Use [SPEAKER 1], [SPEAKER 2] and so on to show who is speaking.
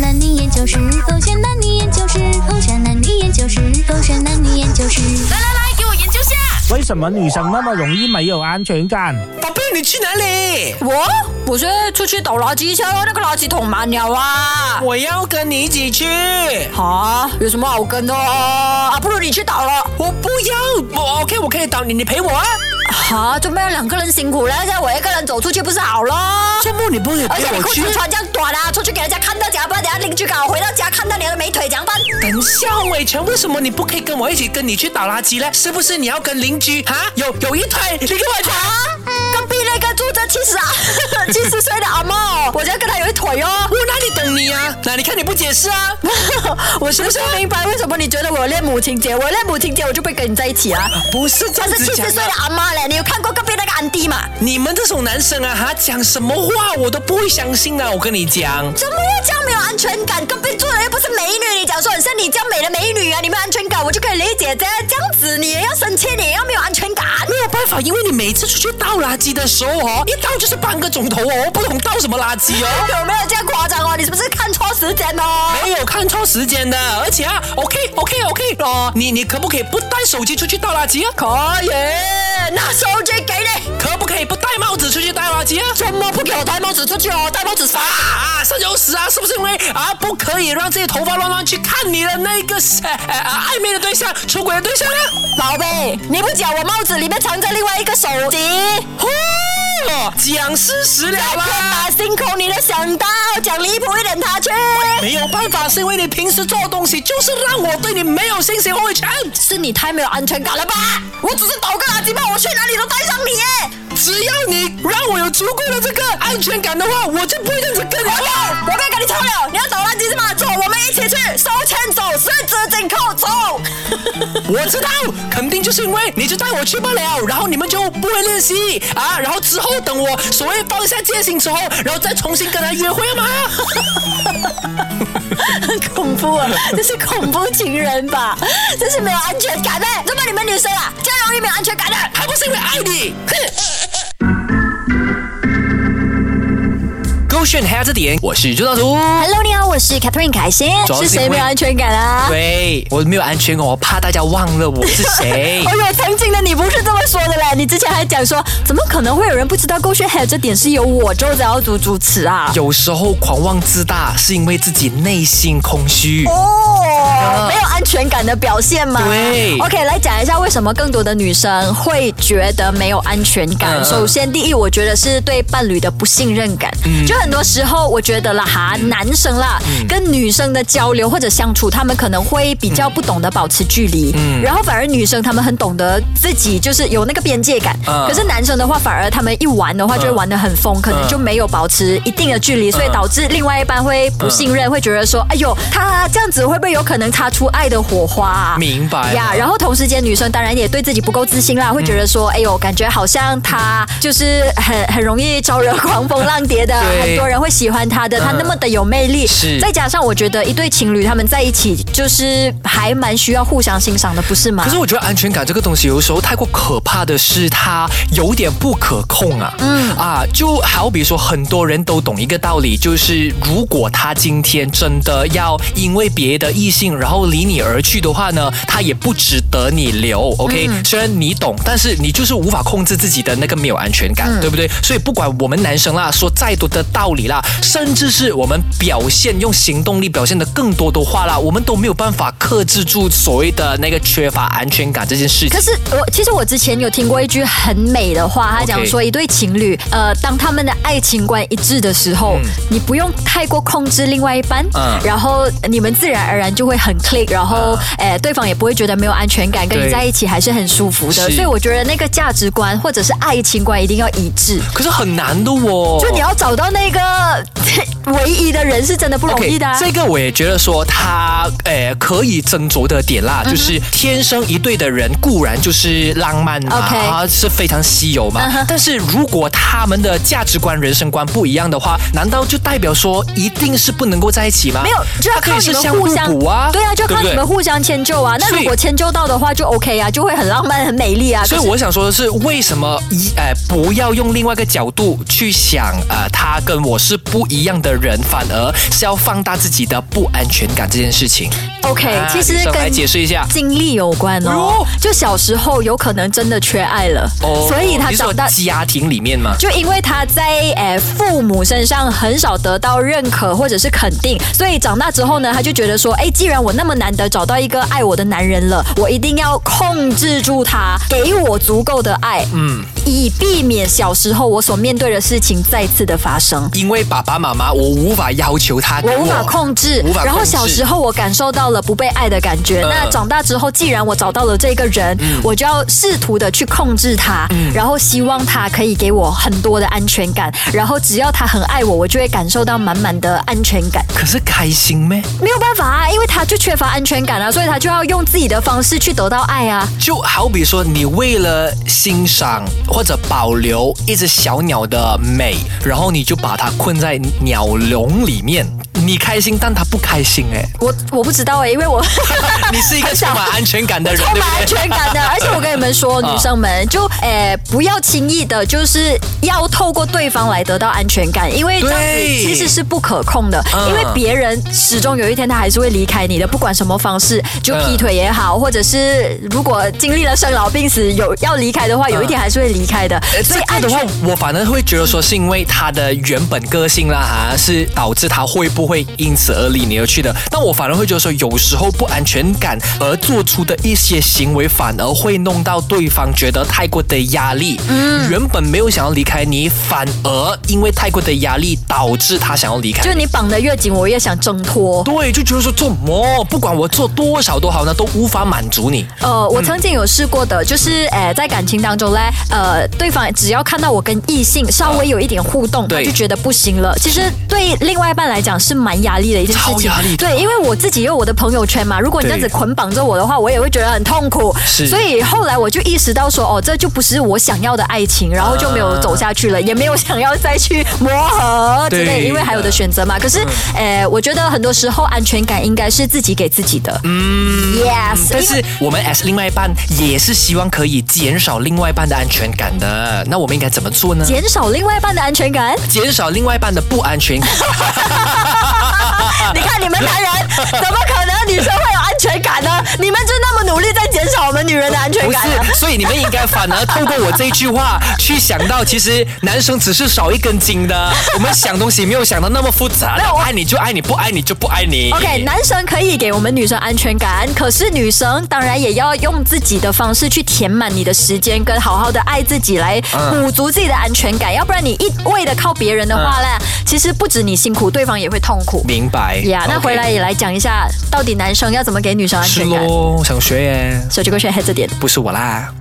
[SPEAKER 1] 男女研究室，狗血男女研究室，狗血男女研究室，狗血男女研究室。
[SPEAKER 2] 来来来，给我研究下。
[SPEAKER 3] 为什么女生那么容易没有安全感？
[SPEAKER 4] 宝贝，你去哪里？
[SPEAKER 2] 我我是出去倒垃圾一下咯，那个垃圾桶满了啊。
[SPEAKER 4] 我要跟你一起去。
[SPEAKER 2] 啊，有什么好跟的啊？不如你去倒了。
[SPEAKER 4] 我不要，我 OK，我可以等你，你陪我啊。
[SPEAKER 2] 啊，怎么要两个人辛苦了？现在我一个人走出去不是好了？
[SPEAKER 4] 这不你不也
[SPEAKER 2] 而
[SPEAKER 4] 陪
[SPEAKER 2] 且你
[SPEAKER 4] 我
[SPEAKER 2] 裤
[SPEAKER 4] 去
[SPEAKER 2] 子？穿这样短啊，出去给人家看到怎么办？等下邻居搞回到家看到你的美腿怎么办？
[SPEAKER 4] 等下伟成，欸为什么你不可以跟我一起跟你去倒垃圾呢？是不是你要跟邻居啊？有有一腿，你跟我
[SPEAKER 2] 啊
[SPEAKER 4] 讲。，
[SPEAKER 2] 隔壁那个住着七十啊七十岁的阿嬷哦，我就跟她有一腿哦。
[SPEAKER 4] 我哪里等你啊？那你看你不解释啊？
[SPEAKER 2] 我是不是明白为什么你觉得我恋母亲节？我恋母亲节，我就不会跟你在一起啊。
[SPEAKER 4] 不是这
[SPEAKER 2] 她
[SPEAKER 4] 样
[SPEAKER 2] 是
[SPEAKER 4] 子
[SPEAKER 2] 七
[SPEAKER 4] 讲
[SPEAKER 2] 十岁
[SPEAKER 4] 的
[SPEAKER 2] 的。阿妈嘞，你有看过隔壁那个安迪吗？
[SPEAKER 4] 你们这种男生啊，哈，讲什么话我都不会相信啊的。我跟你讲，
[SPEAKER 2] 怎么会这样没有安全感？隔壁住的又不是美女，你讲说很像你这样美的美女啊，你没有安全感，我就可以理解这这样子，你也要生气，你也要没有安全感。
[SPEAKER 4] 没有办法，因为你每次出去倒垃圾的时候哦，一倒就是半个钟头哦，我不懂倒什么垃圾 哦。
[SPEAKER 2] 有没有这样夸张哦？你是不是看错时间哦？
[SPEAKER 4] 没有看错时间的，而且啊，OK OK OK 哦，你你可不可以不带手机出去倒垃圾啊？
[SPEAKER 2] 可以，拿哎手机给你。
[SPEAKER 4] 可不可以不戴帽子出去倒垃圾啊？
[SPEAKER 2] 怎么不给我戴帽子出去哦？戴帽子啥？
[SPEAKER 4] 啊啊，上有屎啊，是不是因为啊不可以让自己头发乱乱去看你的那个呃呃暧昧的对象、出轨的对象啊呢？
[SPEAKER 2] 宝贝，你不讲，我帽子里面藏着另外一个手机。
[SPEAKER 4] 哦，讲事实了啊
[SPEAKER 2] 天
[SPEAKER 4] 啦
[SPEAKER 2] 马。行空，你都想到，讲离谱一点，他去。
[SPEAKER 4] 没有办法，是因为你平时做东西就是让我对你没有信心，我会全
[SPEAKER 2] 是你太没有安全感了吧？我只是倒个垃圾包，我去哪里都带上你耶。
[SPEAKER 4] 只要你让我有足够的这个安全感的话，我就不会这样子跟你
[SPEAKER 2] 我
[SPEAKER 4] 了。
[SPEAKER 2] 不要，我不要跟你吵了。你要倒垃圾是吗？走，我们一起去手牵手，十指紧扣，走。
[SPEAKER 4] 我知道，肯定就是因为你就带我去不了，然后你们就不会练习啊，然后之后等我所谓放下戒心之后，然后再重新跟他约会嘛。
[SPEAKER 2] 很恐怖啊，这是恐怖情人吧？这是没有安全感的。怎么你们女生啊，这样容易没有安全感的？
[SPEAKER 4] 还不是因为爱你。勾选黑字点，我是朱大叔。
[SPEAKER 2] Hello，你好，我是 Catherine 凯欣。
[SPEAKER 4] 主要
[SPEAKER 2] 是
[SPEAKER 4] 是
[SPEAKER 2] 谁
[SPEAKER 4] 因为
[SPEAKER 2] 没有安全感啊？
[SPEAKER 4] 对，我没有安全感，哦我怕大家忘了我是 谁
[SPEAKER 2] 哎。呦，曾经的你不是这么说的嘞！你之前还讲说，怎么可能会有人不知道勾选还有这点是由我周子豪主主持啊？
[SPEAKER 4] 有时候狂妄自大是因为自己内心空虚。
[SPEAKER 2] 哦，没有安全感的表现嘛。
[SPEAKER 4] 对
[SPEAKER 2] ，OK，来讲一下为什么更多的女生会觉得没有安全感。
[SPEAKER 4] 嗯
[SPEAKER 2] 首先，第一，我觉得是对伴侣的不信任感。
[SPEAKER 4] 嗯
[SPEAKER 2] 就很多时候，我觉得啦哈，男生啦、跟女生的交流或者相处，他们可能会比较不懂得保持距离，
[SPEAKER 4] 嗯
[SPEAKER 2] 然后反而女生他们很懂得自己就是有那个边界感。
[SPEAKER 4] 嗯
[SPEAKER 2] 可是男生的话，反而他们一玩的话就会玩得很疯，可能就没有保持一定的距
[SPEAKER 4] 嗯
[SPEAKER 2] 离，所以导致另外一半会不信任，会觉得说，哎呦，他这样子会不会有可能擦出爱的火花、啊？
[SPEAKER 4] 明白
[SPEAKER 2] 呀，然后同时间，女生当然也对自己不够自信啦，会觉得说，哎呦，感觉好像她就是很很容易招惹狂风浪蝶的，
[SPEAKER 4] 对嗯
[SPEAKER 2] 很多人会喜欢她的，她那么的有魅力。
[SPEAKER 4] 是
[SPEAKER 2] 再加上我觉得一对情侣他们在一起，就是还蛮需要互相欣赏的，不是吗？
[SPEAKER 5] 可是我觉得安全感这个东西，有时候太过可怕的是，它有点不可控啊。嗯啊，就好比说，很多人都懂一个道理，就是如果他今天真的要因为别的异性然后离你而去的话呢，他也不值得你留。OK，、虽
[SPEAKER 2] 嗯
[SPEAKER 5] 然你懂，但是你就是无法控制自己的那个没有安全
[SPEAKER 2] 嗯
[SPEAKER 5] 感，对不对？所以不管我们男生啦，说再多的道理啦，甚至是我们表现用行动力表现的更多的话啦，我们都没有办法克制住所谓的那个缺乏安全感这件事情
[SPEAKER 2] 可。是我其实我之前有听过一句很美的话，他讲
[SPEAKER 5] OK
[SPEAKER 2] 说一对情侣，呃，当他们的爱情观一致的时候，你不用太过控制另外一半，
[SPEAKER 5] 嗯
[SPEAKER 2] 然后你们自然而然就会很 click，然后诶、呃对方也不会觉得没有安全感，跟你
[SPEAKER 5] 嗯对
[SPEAKER 2] 在一起还是很舒服的。
[SPEAKER 5] 是
[SPEAKER 2] 所以我觉得那个价值观或者是爱情观一定要一致，
[SPEAKER 5] 可是很难的哦。
[SPEAKER 2] 就你要找到那个 唯一的人是真的不容
[SPEAKER 5] OK，
[SPEAKER 2] 易的啊、
[SPEAKER 5] 这个我也觉得说他呃可以斟酌的点
[SPEAKER 2] 嗯
[SPEAKER 5] 啦，就是天生一对的人固然就是浪漫嘛
[SPEAKER 2] OK
[SPEAKER 5] 啊是非常稀有嘛。
[SPEAKER 2] 嗯哼
[SPEAKER 5] 但是如果他们的价值观、人生观不一样的话，难道就代表说一定是不能够在一起吗？
[SPEAKER 2] 没有，就要
[SPEAKER 5] 他可
[SPEAKER 2] 靠
[SPEAKER 5] 以
[SPEAKER 2] 你
[SPEAKER 5] 是
[SPEAKER 2] 们
[SPEAKER 5] 相
[SPEAKER 2] 互
[SPEAKER 5] 互
[SPEAKER 2] 相
[SPEAKER 5] 补啊，
[SPEAKER 2] 对啊，就要
[SPEAKER 5] 对
[SPEAKER 2] 靠
[SPEAKER 5] 不
[SPEAKER 2] 你
[SPEAKER 5] 对
[SPEAKER 2] 们互相迁就啊。那
[SPEAKER 5] 所
[SPEAKER 2] 如
[SPEAKER 5] 以
[SPEAKER 2] 果迁就到的话，就 OK 啊，就会很浪漫、很美丽啊。
[SPEAKER 5] 所以
[SPEAKER 2] 可是
[SPEAKER 5] 我想说的是，为什么一呃不要用另外一个角度去想呃他跟我是不一样的的人反而是要放大自己的不安全感这件事情。
[SPEAKER 2] OK，、
[SPEAKER 5] 啊
[SPEAKER 2] 哎其实
[SPEAKER 5] 女生来
[SPEAKER 2] 跟
[SPEAKER 5] 解释一下
[SPEAKER 2] 经历有关哦。就小时候有可能真的缺爱了，所以他
[SPEAKER 5] 哦你是
[SPEAKER 2] 长
[SPEAKER 5] 说
[SPEAKER 2] 大。
[SPEAKER 5] 家庭里面嘛，
[SPEAKER 2] 就因为他在诶父母身上很少得到认可或者是肯定，所以长大之后呢，他就觉得说，哎，既然我那么难得找到一个爱我的男人了，我一定要控制住他，给我足够的爱，嗯，以避免小时候我所面对的事情再次的发生。
[SPEAKER 5] 因为爸爸妈妈我无法要求他给
[SPEAKER 2] 我
[SPEAKER 5] 我，
[SPEAKER 2] 无法控制
[SPEAKER 5] 无法控，制
[SPEAKER 2] 然后小时候我感受到了不被爱的感
[SPEAKER 5] 嗯
[SPEAKER 2] 觉。那长大之后，既然我找到了这个人，我就要试图的去控制他，
[SPEAKER 5] 嗯
[SPEAKER 2] 然后希望他可以给我很多的安全感。然后只要他很爱我，我就会感受到满满的安全感。
[SPEAKER 5] 可是开心咩？
[SPEAKER 2] 没有办法啊，因为他就缺乏安全感啊，所以他就要用自己的方式去得到爱啊。
[SPEAKER 5] 就好比说，你为了欣赏或者保留一只小鸟的美，然后你就把它困在鸟笼里面，你开心，但它不开心 哎、
[SPEAKER 2] 我我不知道哎、因为我
[SPEAKER 5] 你是一个充满安全感的人，
[SPEAKER 2] 充
[SPEAKER 5] 对
[SPEAKER 2] 满
[SPEAKER 5] 不
[SPEAKER 2] 安
[SPEAKER 5] 对？
[SPEAKER 2] 全感的。而且我跟你们说，女生们就
[SPEAKER 5] 啊
[SPEAKER 2] 诶、呃不要轻易的，就是要透过对方来得到安全感，因为这样子
[SPEAKER 5] 对
[SPEAKER 2] 其实是不可控的。
[SPEAKER 5] 嗯
[SPEAKER 2] 因为别人始终有一天他还是会离开你的，不管什么方式，就
[SPEAKER 5] 嗯
[SPEAKER 2] 劈腿也好，或者是如果经历了生老病死有要离开的话，有一天还是会离开的
[SPEAKER 5] 呃。
[SPEAKER 2] 所
[SPEAKER 5] 这
[SPEAKER 2] 以
[SPEAKER 5] 个
[SPEAKER 2] 安
[SPEAKER 5] 的话
[SPEAKER 2] 全。，
[SPEAKER 5] 我反而会觉得说，是因为他的原本个性啦，哈，是导致他会不会因此而离你而去的。但我反而会觉得说，有时候不安全感而做出的一些行为，反而会弄到对方觉得太过的压力。嗯，原本没有想要离开你，反而因为太过的压力导致他想要离开
[SPEAKER 2] 就。你绑得越紧，我越想挣脱。
[SPEAKER 5] 对，就觉得说做么，不管我做多少都好呢，都无法满足你。
[SPEAKER 2] 呃，我曾经有试过的，就是
[SPEAKER 5] 嗯
[SPEAKER 2] 呃，在感情当中嘞，呃，对方只要看到我跟异性稍微有一点互动，
[SPEAKER 5] 对
[SPEAKER 2] 他就觉得不行了。其实对另外一半来讲是蛮压力的一件事
[SPEAKER 5] 超
[SPEAKER 2] 情
[SPEAKER 5] 压力的，
[SPEAKER 2] 对，因为我自己有我的朋友圈嘛，如果你这
[SPEAKER 5] 对
[SPEAKER 2] 样子捆绑着我的话，我也会觉得很痛苦。
[SPEAKER 5] 是
[SPEAKER 2] 所以后来我就意识到说，哦，这就不是我想要的爱情，然后就没有走下去了，也没有想要再去磨合之类，
[SPEAKER 5] 啊对嗯
[SPEAKER 2] 因为还有的选择嘛。可是，呃，我觉得很多时候安全感应该是自己给自己的。嗯，yes，
[SPEAKER 5] 但
[SPEAKER 2] 因为
[SPEAKER 5] 是我们 as 另外一半也是希望可以减少另外一半的安全感的，那我们应该怎么做呢？
[SPEAKER 2] 减少另外一半的安全感。
[SPEAKER 5] 减少另外一半的不安全感，啊
[SPEAKER 2] 你看你们男人，怎么可能女生会有安 全感呢？你们就那么努力在减少我们女人的 安全
[SPEAKER 5] 不
[SPEAKER 2] 感啊、
[SPEAKER 5] 是？所以你们应该反而透过我这一句话去想到，其实男生只是少一根筋 的，我们想东西没有想到那么复杂
[SPEAKER 2] 没有我
[SPEAKER 5] 爱你就爱你，不爱你就不爱你。
[SPEAKER 2] OK，男生可以给我们女生安全感，可是女生当然也要用自己的方式去填满你的时间，跟好好的爱自己来
[SPEAKER 5] 啊
[SPEAKER 2] 补足自己的安全感。要不然你一味的靠别人的话呢，其实不止你辛苦，对方也会痛苦。
[SPEAKER 5] 明白
[SPEAKER 2] 呀、那
[SPEAKER 5] 啊 OK
[SPEAKER 2] 回来也来讲一下，到底男生要怎么给女生安
[SPEAKER 5] 是
[SPEAKER 2] 全感？
[SPEAKER 5] 咯，想学耶，
[SPEAKER 2] 手机过去黑着点。
[SPEAKER 5] 不是我啦。